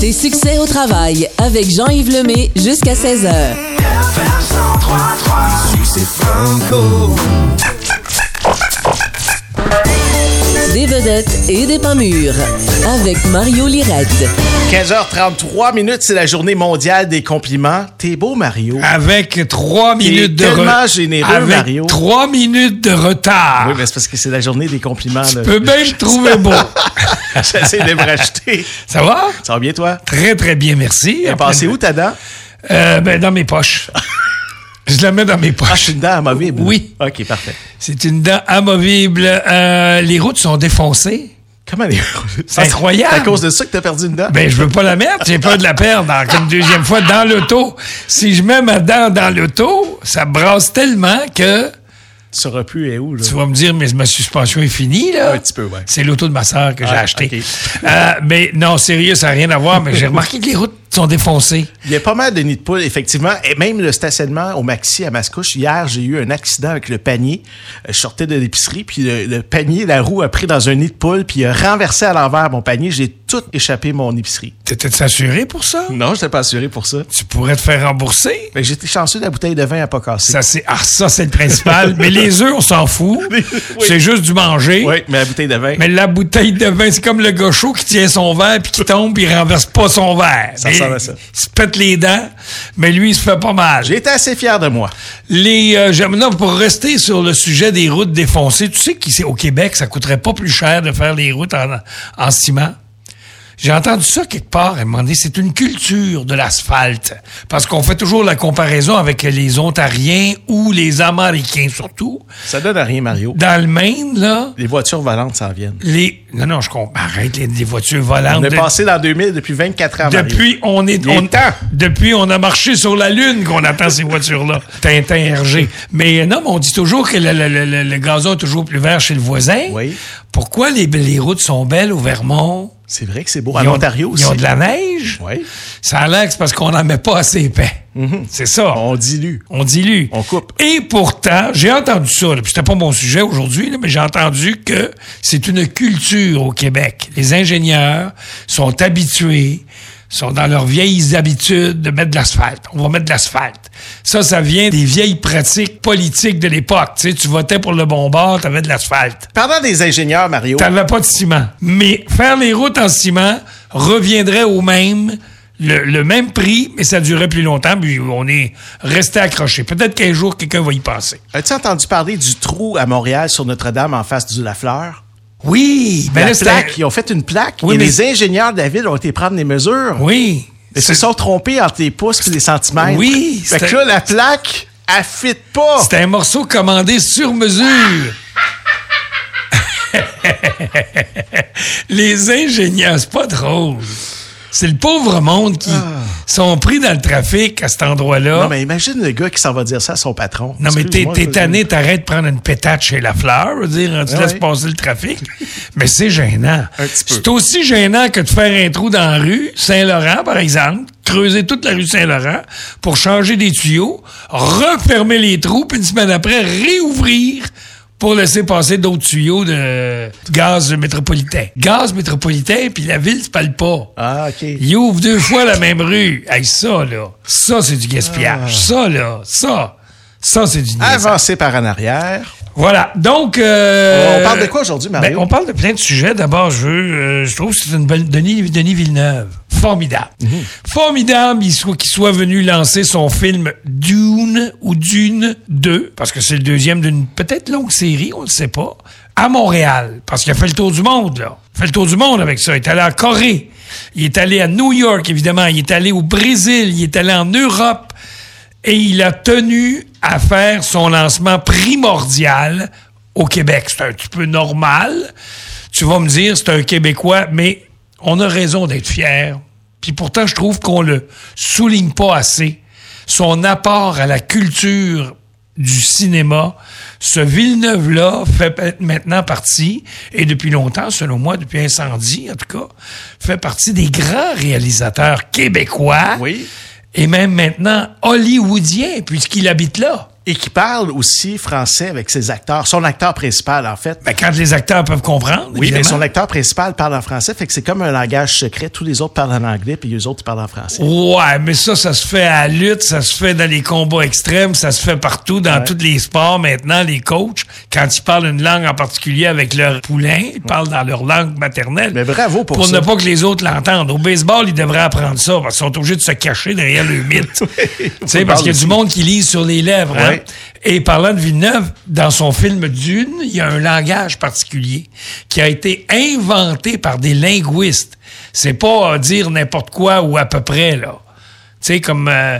Tes succès au travail avec Jean-Yves Lemay jusqu'à 16h. Des vedettes et des pas mûrs avec Mario Lirette. 15h33 minutes, c'est la journée mondiale des compliments. T'es beau, Mario. Ah. Avec trois T'es minutes de tellement re- généreux, Avec Mario. trois minutes de retard. Oui, mais c'est parce que c'est la journée des compliments. tu là. peux même me trouver beau. J'essaie de me racheter. Ça va? Ça va bien, toi? Très, très bien, merci. T'es Après- passé où ta dent? Euh, ben, dans mes poches. Je la mets dans mes Ah, je suis poches. une dent amovible. Oui. OK, parfait. C'est une dent amovible. Euh, les routes sont défoncées. Comment les... C'est incroyable. C'est à cause de ça que t'as perdu une dent? Ben, je veux pas la mettre. J'ai peur de la perdre encore une deuxième fois dans l'auto. Si je mets ma dent dans l'auto, ça brasse tellement que Tu sauras plus et où, là. tu vas me dire, mais ma suspension est finie, là. Un petit peu, ouais. C'est l'auto de ma sœur que j'ai Ah, acheté. ok. Euh, mais non, sérieux, ça n'a rien à voir, mais j'ai remarqué que les routes sont défoncées. Il y a pas mal de nids de poules, effectivement. Et même le stationnement au Maxi à Mascouche. Hier, j'ai eu un accident avec le panier. Euh, Je sortais de l'épicerie, puis le, le panier, la roue a pris dans un nid de poule, puis il a renversé à l'envers mon panier. J'ai tout échappé mon épicerie. T'étais assuré pour ça? Non, je n'étais pas assuré pour ça. Tu pourrais te faire rembourser? Mais Ben, j'étais chanceux de la bouteille de vin à pas casser. Ça, c'est, ah, ça, c'est le principal. mais les œufs, on s'en fout. C'est juste du manger. Oui, mais la bouteille de vin. Mais la bouteille de vin, c'est comme le gaucho qui tient son verre puis qui tombe puis il renverse pas son verre. Ça Mais ressemble à ça. Il se pète les dents, mais lui, il se fait pas mal. J'ai été assez fier de moi. Les, euh, j'aime- non, pour rester sur le sujet des routes défoncées, tu sais qu'au Québec, ça coûterait pas plus cher de faire les routes en, en ciment. J'ai entendu ça quelque part et demandé, c'est une culture de l'asphalte. Parce qu'on fait toujours la comparaison avec les Ontariens ou les Américains surtout. Ça donne à rien, Mario. Dans le Maine, là, Les voitures volantes s'en viennent. les... Non, non, je comprends. Arrête, les, les voitures volantes. On est de- passé dans 2000 depuis 24 ans, Mario. depuis, on est, Il est on- temps. depuis, on a marché sur la Lune qu'on attend ces voitures-là. Tintin, Hergé. Mais euh, non, mais on dit toujours que le, le- le- le- le gazon est toujours plus vert chez le voisin. Oui. Pourquoi les, les routes sont belles au Vermont? C'est vrai que c'est beau. En Ils ont- Ontario aussi. Ils ont de la neige. Oui. Ça a l'air que c'est parce qu'on n'en met pas assez épais. C'est ça. Mhm. On dilue. On dilue. On coupe. Et pourtant, j'ai entendu ça, là, puis c'était pas mon sujet aujourd'hui, là, mais j'ai entendu que c'est une culture au Québec. Les ingénieurs sont habitués, sont dans leurs vieilles habitudes de mettre de l'asphalte. On va mettre de l'asphalte. Ça, ça vient des vieilles pratiques politiques de l'époque. Tu sais, tu votais pour le bon bord, t'avais de l'asphalte. Parlant des ingénieurs, Mario. T'avais pas de ciment. Mais faire les routes en ciment reviendrait au même, le, le même prix, mais ça durait plus longtemps, puis on est resté accroché. Peut-être qu'un jour, quelqu'un va y passer. As-tu entendu parler du trou à Montréal sur Notre-Dame en face du Lafleur? Oui, ben la là, c'était- plaque, ils ont fait une plaque Oui, et mais- les ingénieurs de la ville ont été prendre des mesures. Oui. Ils se C'est- sont trompés entre les pouces et les centimètres. Oui, Fait que là, c'était- la plaque, elle fit pas. C'était un morceau commandé sur mesure. Les ingénieurs, c'est pas drôle. C'est le pauvre monde qui sont pris dans le trafic à cet endroit-là. Ah. Non, mais imagine le gars qui s'en va dire ça à son patron. Ah. Non, mais t'es Excuse-moi, t'es je- tanné, t'arrêtes de prendre une pétate chez la fleur, je veux dire, tu Ouais, laisses ouais. passer le trafic. mais c'est gênant. Un petit peu. C'est aussi gênant que de faire un trou dans la rue, Saint-Laurent, par exemple, creuser toute la rue Saint-Laurent pour changer des tuyaux, refermer les trous, puis une semaine après, réouvrir pour laisser passer d'autres tuyaux de gaz métropolitain. Gaz métropolitain, puis la ville se parle pas. Ah, OK. Il ouvre deux fois la même rue. Hey, ça, là, ça, c'est du gaspillage. Ah. Ça, là, ça, ça, c'est du gaspillage. Avancé par en arrière. Voilà. Donc... euh, Ah, On parle de quoi aujourd'hui, Mario? ben, on parle de plein de sujets. D'abord, je, veux, euh, je trouve que c'est une belle... Denis, Denis Villeneuve, formidable. Formidable il soit- qu'il soit venu lancer son film Dune ou Dune 2, parce que c'est le deuxième d'une peut-être longue série, on ne sait pas, à Montréal, parce qu'il a fait le tour du monde, là. Il a fait le tour du monde avec ça. Il est allé en Corée, il est allé à New York, évidemment, il est allé au Brésil, il est allé en Europe, et il a tenu à faire son lancement primordial au Québec. C'est un petit peu normal. Tu vas me dire, c'est un Québécois, mais on a raison d'être fier. Puis pourtant, je trouve qu'on le souligne pas assez. Son apport à la culture du cinéma, ce Villeneuve-là fait pa- maintenant partie, et depuis longtemps, selon moi, depuis Incendie en tout cas, fait partie des grands réalisateurs québécois Oui. et même maintenant hollywoodien, puisqu'il habite là. et qui parle aussi français avec ses acteurs, son acteur principal en fait. Ben, quand les acteurs peuvent comprendre. Oui, mais évidemment. son acteur principal parle en français, fait que c'est comme un langage secret. Tous les autres parlent en anglais, puis les autres ils parlent en français. Ouais, mais ça, ça se fait à la lutte, ça se fait dans les combats extrêmes, ça se fait partout, dans tous les sports maintenant, les coachs, quand ils parlent une langue en particulier avec leur poulain, ils parlent dans leur langue maternelle. Mais bravo pour ça. ne pas que les autres l'entendent. Au baseball, ils devraient apprendre ça, parce qu'ils sont obligés de se cacher derrière le mythe. tu sais, parce qu'il y a du monde qui lise sur les lèvres. hein. Ouais. Et parlant de Villeneuve, dans son film Dune, il y a un langage particulier qui a été inventé par des linguistes. C'est pas euh, dire n'importe quoi ou à peu près, là. Tu sais, comme euh,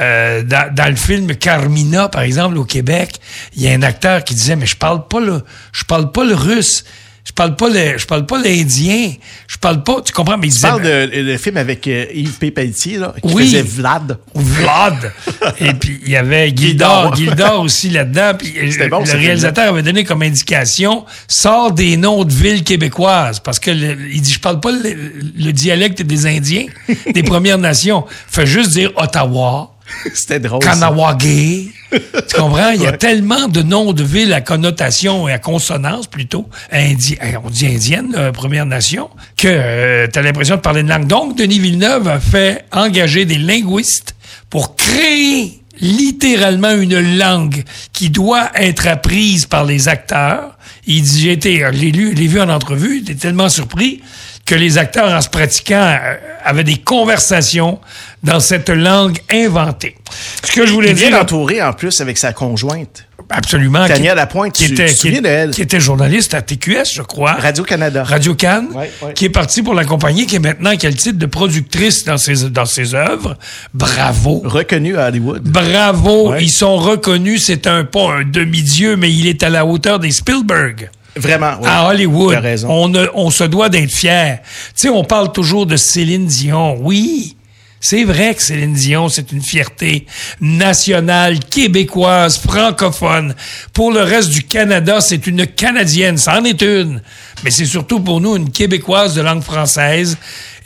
euh, dans, dans le film Carmina, par exemple, au Québec, il y a un acteur qui disait Mais je parle pas le. Je parle pas le russe. Je parle pas le. Je parle pas l'Indien. Je parle pas. Tu comprends? Mais il Tu disait parles de le film avec euh, Yves Pépeltier, là, qui Oui. faisait Vlad. ou Vlad. Et puis, il y avait Gildor, Gildor. Gildor aussi là-dedans. Puis, euh, bon, ce le réalisateur avait donné comme indication, sors des noms de villes québécoises. Parce que le- il dit, je parle pas le, le dialecte des Indiens, des Premières Nations. Fait juste dire Ottawa, C'était drôle. ça. Kanawagé. Tu comprends? Il y a tellement de noms de villes à connotation et à consonance, plutôt, indi eh, on dit indienne, là, Première Nation, que tu as l'impression de parler une langue. Donc, Denis Villeneuve a fait engager des linguistes pour créer littéralement une langue qui doit être apprise par les acteurs. Il dit, j'ai été, je l'ai lu, je l'ai vu en entrevue, j'étais tellement surpris que les acteurs, en se pratiquant, euh, avaient des conversations dans cette langue inventée. Ce que je voulais Il est dire, bien entouré en plus avec sa conjointe. absolument, Tania Lapointe, qui, tu- était, tu te qui, souviens d'elle? qui était journaliste à TQS, je crois. Radio-Canada. Radio Cannes, Ouais, ouais. qui est partie pour l'accompagner, qui est maintenant, qui a le titre de productrice dans ses, dans ses œuvres. Bravo. Reconnu à Hollywood. Bravo, Ouais. ils sont reconnus. C'est un pas un demi-dieu, mais il est à la hauteur des Spielberg. Vraiment. ouais. À Hollywood, T'as raison. on, a- on se doit d'être fiers. Tu sais, on parle toujours de Céline Dion. Oui, c'est vrai que Céline Dion, c'est une fierté nationale, québécoise, francophone. Pour le reste du Canada, c'est une Canadienne, ça en est une. Mais c'est surtout pour nous une Québécoise de langue française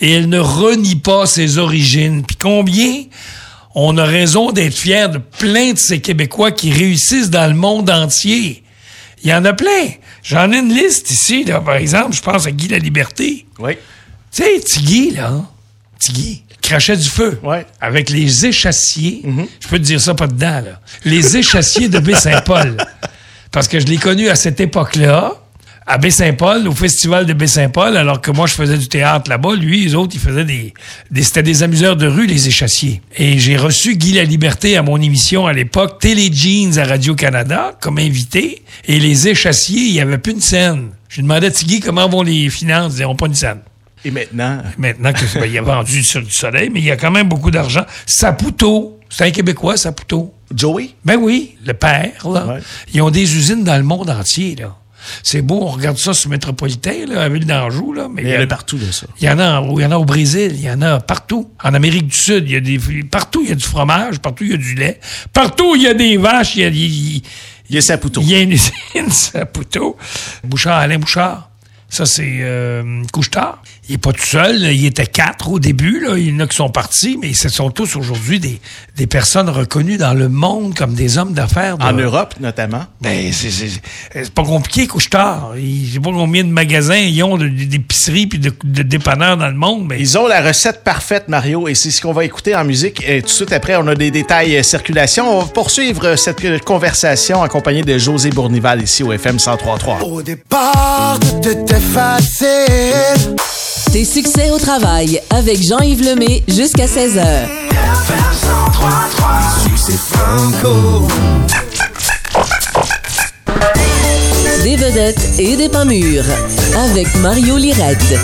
et elle ne renie pas ses origines. Puis combien on a raison d'être fiers de plein de ces Québécois qui réussissent dans le monde entier. Il y en a plein. J'en ai une liste ici, là, par exemple, je pense à Guy La Liberté. Oui. Tu sais, Tigui, là, hein? Tigui, crachait du feu. Ouais. Avec les échassiers. Je peux te dire ça pas dedans, là. Les échassiers de Baie-Saint-Paul. Parce que je l'ai connu à cette époque-là, à Baie-Saint-Paul, au festival de Baie-Saint-Paul, alors que moi, je faisais du théâtre là-bas. Lui, les autres, ils faisaient des. des C'était des amuseurs de rue, les échassiers. Et j'ai reçu Guy La Liberté à mon émission à l'époque, Télé Jeans à Radio-Canada, comme invité. Et les échassiers, il n'y avait plus une scène. Je lui demandais à Tigui comment vont les finances. Ils n'ont pas une scène Et maintenant, maintenant que ben, il a vendu sur du soleil, mais il y a quand même beaucoup d'argent. Saputo, c'est un Québécois, Saputo. Joey. Ben oui, le père, là. Ouais. Ils ont des usines dans le monde entier, là. C'est beau, on regarde ça sur Métropolitain, là, à Ville d'Anjou, là. Mais Il y il en y a en a- partout de ça. il y en a, en- il y en a au Brésil, il y en a partout. En Amérique du Sud, il y a des, partout il y a du fromage, partout il y a du lait, partout il y a des vaches, il y a, il- il- Il est Saputo. il y a une usine, Saputo. Bouchard, Alain Bouchard. Ça, c'est euh, Couchetard. Il est pas tout seul. là. Il était quatre au début. Là. Il y en a qui sont partis, mais ce sont tous aujourd'hui des, des personnes reconnues dans le monde comme des hommes d'affaires. de- En Europe, notamment. Ben, c'est- c'est c'est pas compliqué, Couchetard. Il- Je sais pas combien de magasins ils ont, de- de- d'épiceries puis de, de dépanneurs dans le monde, mais Ils ont la recette parfaite, Mario, et c'est ce qu'on va écouter en musique. Et tout de suite après, on a des détails euh, circulation. On va poursuivre euh, cette euh, conversation accompagnée de José Bournival ici au FM 1033. Au départ, tout était facile. Tes succès au travail avec Jean-Yves Lemay jusqu'à 16h. Des vedettes et des pas mûres avec Mario Lirette.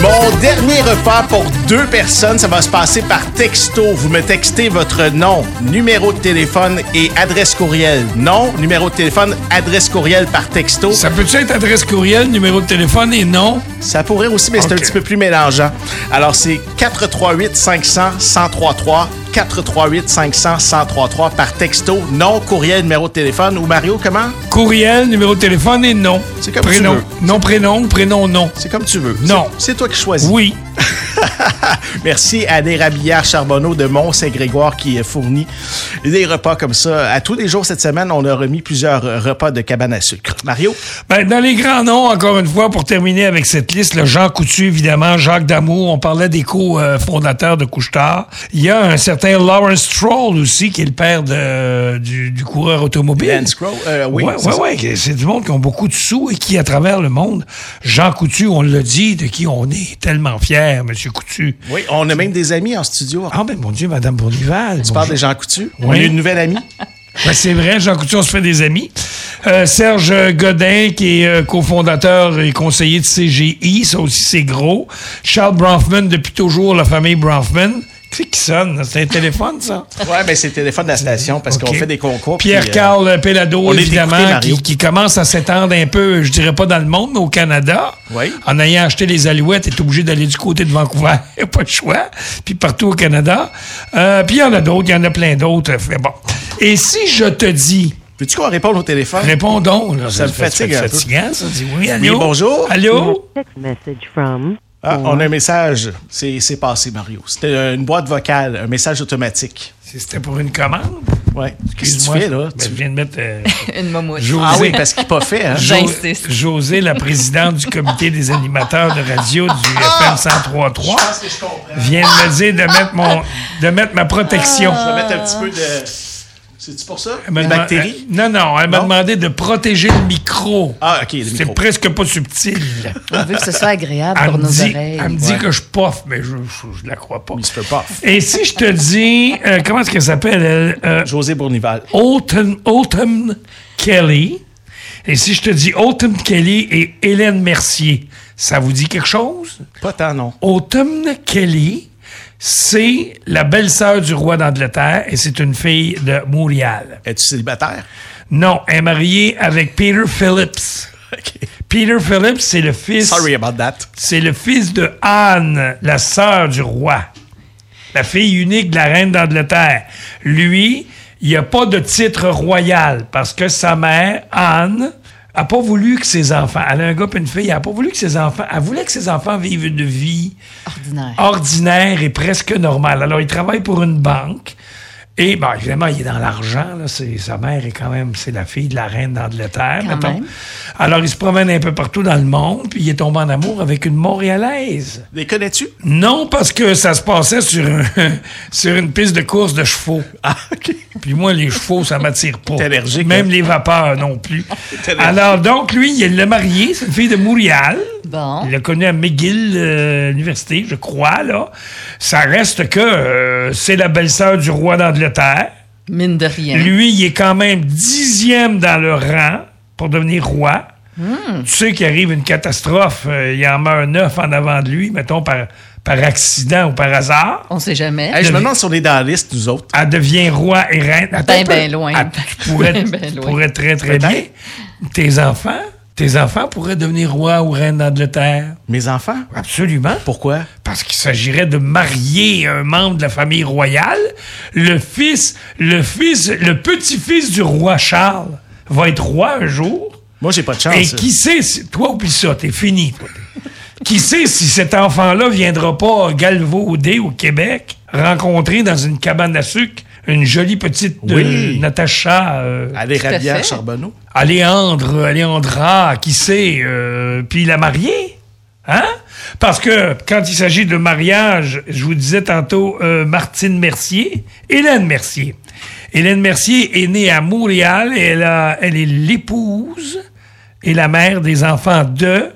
Mon dernier repas pour deux personnes, ça va se passer par texto. Vous me textez votre nom, numéro de téléphone et adresse courriel. Nom, numéro de téléphone, adresse courriel par texto. ça peut être adresse courriel, numéro de téléphone et non? Ça pourrait aussi, mais c'est un Ok. petit peu plus mélangeant. Alors, c'est 438 500 1033 438 500 1033 par texto, nom, courriel, numéro de téléphone ou Mario, comment? Courriel, numéro de téléphone et nom. C'est comme tu prénom. veux. Non, prénom, prénom, non. C'est comme tu veux. Non. C'est c'est toi qui choisis. Oui. Merci à des Rabillard Charbonneau de Mont-Saint-Grégoire qui fournit des repas comme ça. À tous les jours cette semaine, on a remis plusieurs euh, repas de cabane à sucre. Mario? Ben, dans les grands noms, encore une fois, pour terminer avec cette liste, le Jean Coutu, évidemment, Jacques Damour, on parlait des co-fondateurs de Couchetard. Il y a un certain Lawrence Stroll aussi, qui est le père de- du, du coureur automobile. Lance Stroll, euh, oui, Ouais, c'est ouais, ça. ouais, que c'est du monde qui ont beaucoup de sous et qui, à travers le monde, Jean Coutu, on l'a dit, de qui on est tellement fier, Monsieur Coutu. Oui, on a même des amis en studio. Ah, ben, mon Dieu, Madame Bournival. Tu parles des Jean Coutu? Oui. On a une nouvelle amie? Ben, c'est vrai, Jean Coutu, on se fait des amis. Euh, Serge Godin, qui est euh, cofondateur et conseiller de CGI, ça aussi c'est gros. Charles Bronfman, depuis toujours, la famille Bronfman. Qui c'est qui sonne? là? C'est un téléphone, ça? Oui, mais c'est le téléphone de la station parce qu'on OK. fait des concours. puis, euh, Pierre-Carl Pellado, on est évidemment, écouté, Mario. qui, qui commence à s'étendre un peu, je dirais pas dans le monde, mais au Canada. Oui. En ayant acheté les Alouettes, est obligé d'aller du côté de Vancouver. Il a pas de choix. Puis partout au Canada. Euh, puis il y en a d'autres, il y en a plein d'autres. Mais bon. Et si je te dis... Veux-tu qu'on réponde au téléphone? Réponds donc. là. Ça me fatigue un peu. fatigant, ça. Dis oui, allô? Oui, bonjour. Allô? Text message from. Ah, on a un message. C'est c'est passé, Mario. C'était euh, une boîte vocale, un message automatique. Si C'était pour une commande? Ouais. Qu'est-ce que Excuse-moi. tu fais, là? Ben, Tu- je viens de mettre euh, Une mamoute. José, Ah oui, parce qu'il n'est pas fait, hein? Je- Jo- j'insiste. José, la présidente du comité des animateurs de radio du FM Ah! 1033, vient de me dire de mettre, mon, de mettre ma protection. Je vais mettre un petit peu de. C'est-tu pour ça? Elle m'a Ah! Des demandé- bactéries? euh, Non, non, elle m'a Non? demandé de protéger le micro. Ah, OK, le C'est micro. presque pas subtil. On veut que ce soit agréable Elle pour me nos dit, oreilles. elle me dit que je poffe, mais je ne la crois pas. Il se peut pas. Et si je te dis, euh, comment est-ce qu'elle s'appelle, elle? Euh, José Bournival. Autumn, Autumn Kelly. Et si je te dis Autumn Kelly et Hélène Mercier, ça vous dit quelque chose? Pas tant, non. Autumn Kelly, c'est la belle-sœur du roi d'Angleterre et c'est une fille de Montréal. Es-tu célibataire? Non, elle est mariée avec Peter Phillips. OK. Peter Phillips, c'est le fils... Sorry about that. C'est le fils de Anne, la sœur du roi. La fille unique de la reine d'Angleterre. Lui, il n'y a pas de titre royal parce que sa mère, Anne, a pas voulu que ses enfants, elle a un gars et une fille, elle a pas voulu que ses enfants, elle voulait que ses enfants vivent une vie Ordinaire. ordinaire et presque normale. Alors, il travaille pour une banque. Et, bien, évidemment, il est dans l'argent. là. C'est- Sa mère est quand même, c'est la fille de la reine d'Angleterre. Quand mettons. même. Alors, il se promène un peu partout dans le monde, puis il est tombé en amour avec une Montréalaise. Les connais-tu? Non, parce que ça se passait sur, un- sur une piste de course de chevaux. Ah, OK. Puis moi, les chevaux, ça m'attire pas. T'es allergique, Même hein? les vapeurs non plus. T'es allergique. Alors, donc, lui, il l'a marié. C'est une fille de Montréal. Bon. Il l'a connu à McGill euh, Université, je crois, là. Ça reste que euh, c'est la belle-sœur du roi d'Angleterre. Mine de rien. Lui, il est quand même dixième dans le rang pour devenir roi. Tu sais qu'il arrive une catastrophe, euh, il en meurt neuf en avant de lui, mettons par, par accident ou par hasard. On sait jamais. Hey, je me demande si on est dans la liste, nous autres. Elle devient roi et reine. Attends Ben, un peu. ben loin. Ah, tu pourrais, Ben, ben tu loin. pourrais très, très Peut-être. bien. Tes enfants, tes enfants pourraient devenir roi ou reine d'Angleterre. Mes enfants? Absolument. Pourquoi? Parce qu'il s'agirait de marier un membre de la famille royale. Le fils, le fils, le petit-fils du roi Charles va être roi un jour. Moi, j'ai pas de chance. Et qui sait, si- toi oublie ça, t'es fini. toi. qui sait si cet enfant-là viendra pas galvaudé au Québec, rencontrer dans une cabane à sucre une jolie petite euh, Oui. Natacha. euh, À des Tout à Rabillard fait. Charbonneau. Aléandre, Aléandra, qui sait, euh, puis la mariée. Hein? Parce que quand il s'agit de mariage, je vous disais tantôt euh, Martine Mercier, Hélène Mercier. Hélène Mercier est née à Montréal et elle, a- elle est l'épouse et la mère des enfants de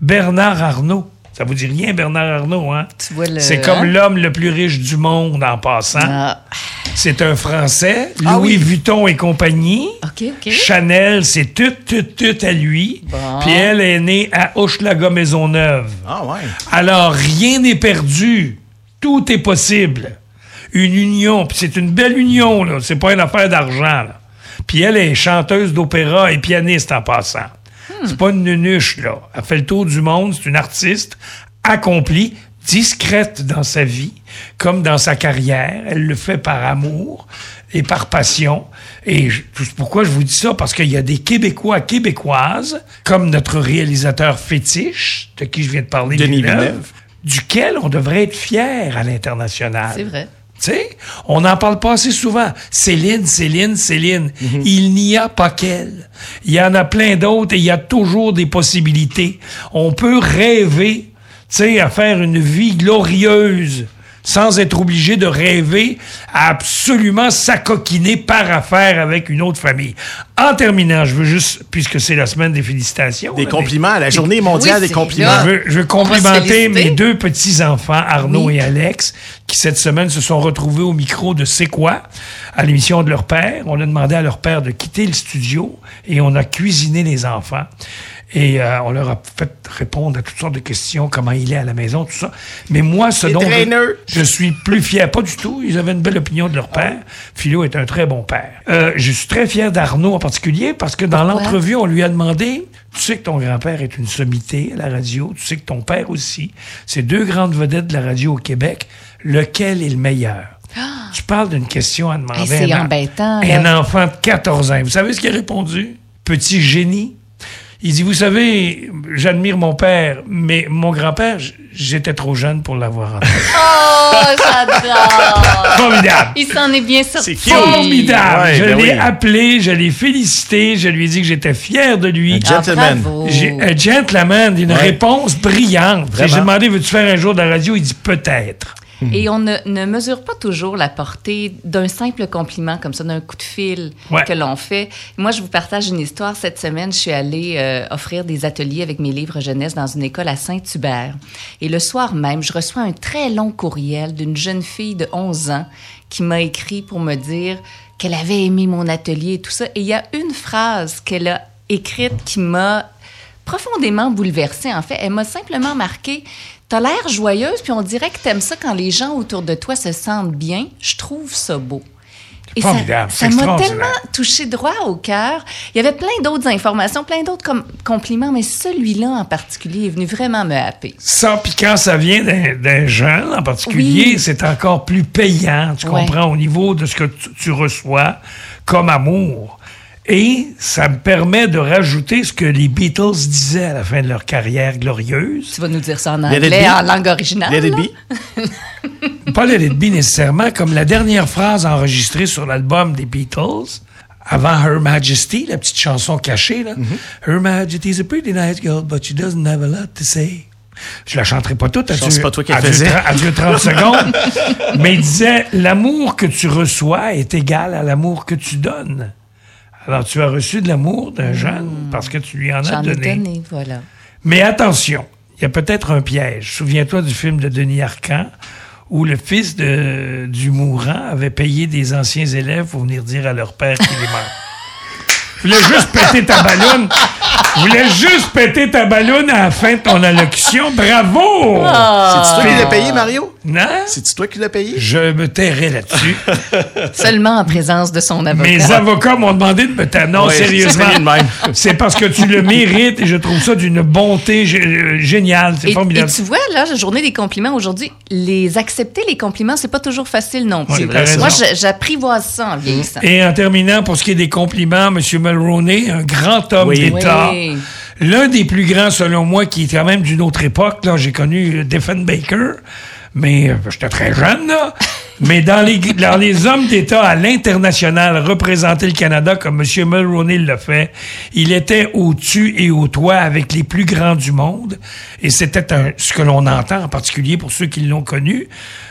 Bernard Arnault. Ça vous dit rien, Bernard Arnault, hein? Tu vois le- C'est comme hein? l'homme le plus riche du monde en passant. Ah, C'est un Français, Louis Ah oui. Vuitton et compagnie. OK, OK. Chanel, c'est tout, tout, tout à lui. Bon. Puis elle est née à Hochelaga Maisonneuve. Ah, ouais. Alors, rien n'est perdu. Tout est possible. Une union, puis c'est une belle union, là. C'est pas une affaire d'argent, là. Puis elle est chanteuse d'opéra et pianiste en passant. C'est pas une nunuche, là. Elle fait le tour du monde, c'est une artiste accomplie, discrète dans sa vie. comme dans sa carrière. Elle le fait par amour et par passion. Et je- tout- pourquoi je vous dis ça? Parce qu'il y a des Québécois, Québécoises, comme notre réalisateur fétiche, de qui je viens de parler, Denis Villeneuve, Villeneuve. duquel on devrait être fier à l'international. C'est vrai. Tu sais, on n'en parle pas assez souvent. Céline, Céline, Céline. Mhm. Il n'y a pas qu'elle. Il y en a plein d'autres et il y a toujours des possibilités. On peut rêver, tu sais, à faire une vie glorieuse sans être obligé de rêver à absolument s'acoquiner par affaire avec une autre famille. En terminant, je veux juste, puisque c'est la semaine des félicitations. Des là, compliments à la journée mondiale des c'est compliments. là. je veux, je veux On va se complimenter féliciter. mes deux petits-enfants, Arnaud Oui. et Alex, qui cette semaine se sont retrouvés au micro de C'est quoi, à l'émission de leur père. On a demandé à leur père de quitter le studio et on a cuisiné les enfants. Et euh, on leur a fait répondre à toutes sortes de questions, comment il est à la maison, tout ça. Mais moi, ce Les dont traîneux. je, je suis plus fier, pas du tout. Ils avaient une belle opinion de leur père. Philo est un très bon père. Euh, je suis très fier d'Arnaud en particulier parce que dans l'entrevue, on lui a demandé Tu sais que ton grand-père est une sommité à la radio, tu sais que ton père aussi. C'est deux grandes vedettes de la radio au Québec. Lequel est le meilleur Tu parles d'une question à demander. Hey, Ah! Eh, c'est à un en- embêtant, Un là. enfant de 14 ans. Vous savez ce qu'il a répondu Petit génie. Il dit, vous savez, j'admire mon père, mais mon grand-père, j- j'étais trop jeune pour l'avoir entendu. Oh, j'adore! Formidable. Il s'en est bien sorti. C'est cute. Formidable. Ouais, je ben l'ai oui. appelé, je l'ai félicité, je lui ai dit que j'étais fier de lui. Ah. Un Gentleman. bravo. J'ai- un gentleman, une Ouais. réponse brillante. Vraiment. J'ai demandé, veux-tu faire un jour de la radio? Il dit, peut-être. Et on ne, ne mesure pas toujours la portée d'un simple compliment comme ça, d'un coup de fil Ouais. que l'on fait. Moi, je vous partage une histoire. Cette semaine, je suis allée euh, offrir des ateliers avec mes livres jeunesse dans une école à Saint-Hubert. Et le soir même, je reçois un très long courriel d'une jeune fille de 11 ans qui m'a écrit pour me dire qu'elle avait aimé mon atelier et tout ça. Et il y a une phrase qu'elle a écrite qui m'a profondément bouleversée, en fait. Elle m'a simplement marqué T'as l'air joyeuse, puis on dirait que t'aimes ça quand les gens autour de toi se sentent bien. Je trouve ça beau. Et ça- formidable, ça c'est m'a extraordinaire. tellement touché droit au cœur. Il y avait plein d'autres informations, plein d'autres com- compliments, mais celui-là en particulier est venu vraiment me happer. Ça, puis quand ça vient d'un d'un jeune en particulier, Oui. c'est encore plus payant, tu Ouais. comprends, au niveau de ce que tu, tu reçois comme amour. Et ça me permet de rajouter ce que les Beatles disaient à la fin de leur carrière glorieuse. Tu vas nous dire ça en Let it anglais, be. en langue originale. Let it là? be. Pas le Let It Be nécessairement, comme la dernière phrase enregistrée sur l'album des Beatles, avant Her Majesty, la petite chanson cachée, là. Mm-hmm. Her Majesty's a pretty nice girl, but she doesn't have a lot to say. Je la chanterai pas toute, pense as-tu- pas toi qui la as-tu faisais. tra- as-tu 30 secondes. Mais il disait, l'amour que tu reçois est égal à l'amour que tu donnes. Alors, tu as reçu de l'amour d'un jeune Mm. parce que tu lui en as J'en ai donné. donné, voilà. Mais attention, il y a peut-être un piège. Souviens-toi du film de Denis Arcan où le fils de, du mourant avait payé des anciens élèves pour venir dire à leur père qu'il est mort. Je voulais juste péter ta ballonne. Je voulais juste péter ta ballonne à la fin de ton allocution. Bravo! Ah. C'est-tu toi qui l'as payé, Mario? Non? C'est-tu toi qui l'as payé? Je me tairai là-dessus. Seulement en présence de son avocat. Mes avocats m'ont demandé de me taire. Non, Oui, sérieusement. c'est de même. C'est parce que tu le mérites et je trouve ça d'une bonté gé- euh, géniale. C'est Et, formidable. et tu vois, là, la journée des compliments aujourd'hui, les accepter, les compliments, c'est pas toujours facile non Ouais, plus. t'as raison. Moi, je- j'apprivoise ça en vieillissant. Et en terminant, pour ce qui est des compliments, M. Mulroney, un grand homme Oui. d'État, Oui. l'un des plus grands, selon moi, qui est quand même d'une autre époque. Là, j'ai connu euh, Diefenbaker, mais euh, j'étais très jeune, là. Mais dans les, dans les hommes d'État à l'international, représenter le Canada comme M. Mulroney l'a fait, il était au-dessus et au toit avec les plus grands du monde. Et c'était un- ce que l'on entend, en particulier pour ceux qui l'ont connu.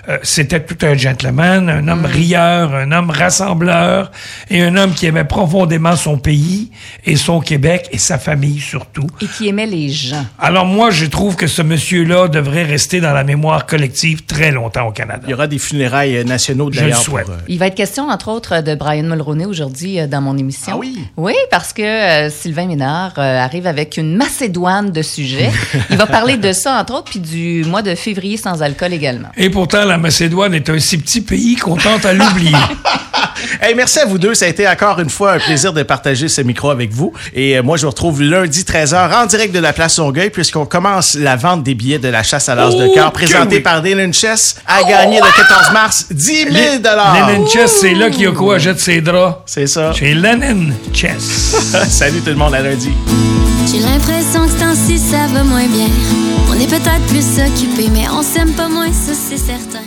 Euh, c'était tout un gentleman, un homme rieur, un homme rassembleur et un homme qui aimait profondément son pays et son Québec et sa famille surtout. Et qui aimait les gens. Alors moi, je trouve que ce monsieur-là devrait rester dans la mémoire collective très longtemps au Canada. Il y aura des funérailles euh, nationaux Je d'ailleurs. le souhaite. pour, euh, Il va être question, entre autres, de Brian Mulroney aujourd'hui euh, dans mon émission. Ah oui? Oui, parce que euh, Sylvain Ménard euh, arrive avec une macédoine de sujets. Il va parler de ça, entre autres, puis du mois de février sans alcool également. Et pourtant, la Macédoine est un si petit pays qu'on tente à l'oublier. Hey, merci à vous deux. Ça a été encore une fois un plaisir de partager ce micro avec vous. Et euh, moi, je vous retrouve lundi 13h en direct de la place Longueuil, puisqu'on commence la vente des billets de la chasse à l'as de Oh, cœur, que présentée oui. par Dylan Chess, à gagner le 14 mars 10 000 Lennon Chess, c'est là qu'il y a quoi? Jette ses draps. C'est ça. Chez Lennon Chess. Salut tout le monde, à lundi. J'ai l'impression que ce temps-ci ça va moins bien. On est peut-être plus occupé, mais on s'aime pas moins, ça c'est certain.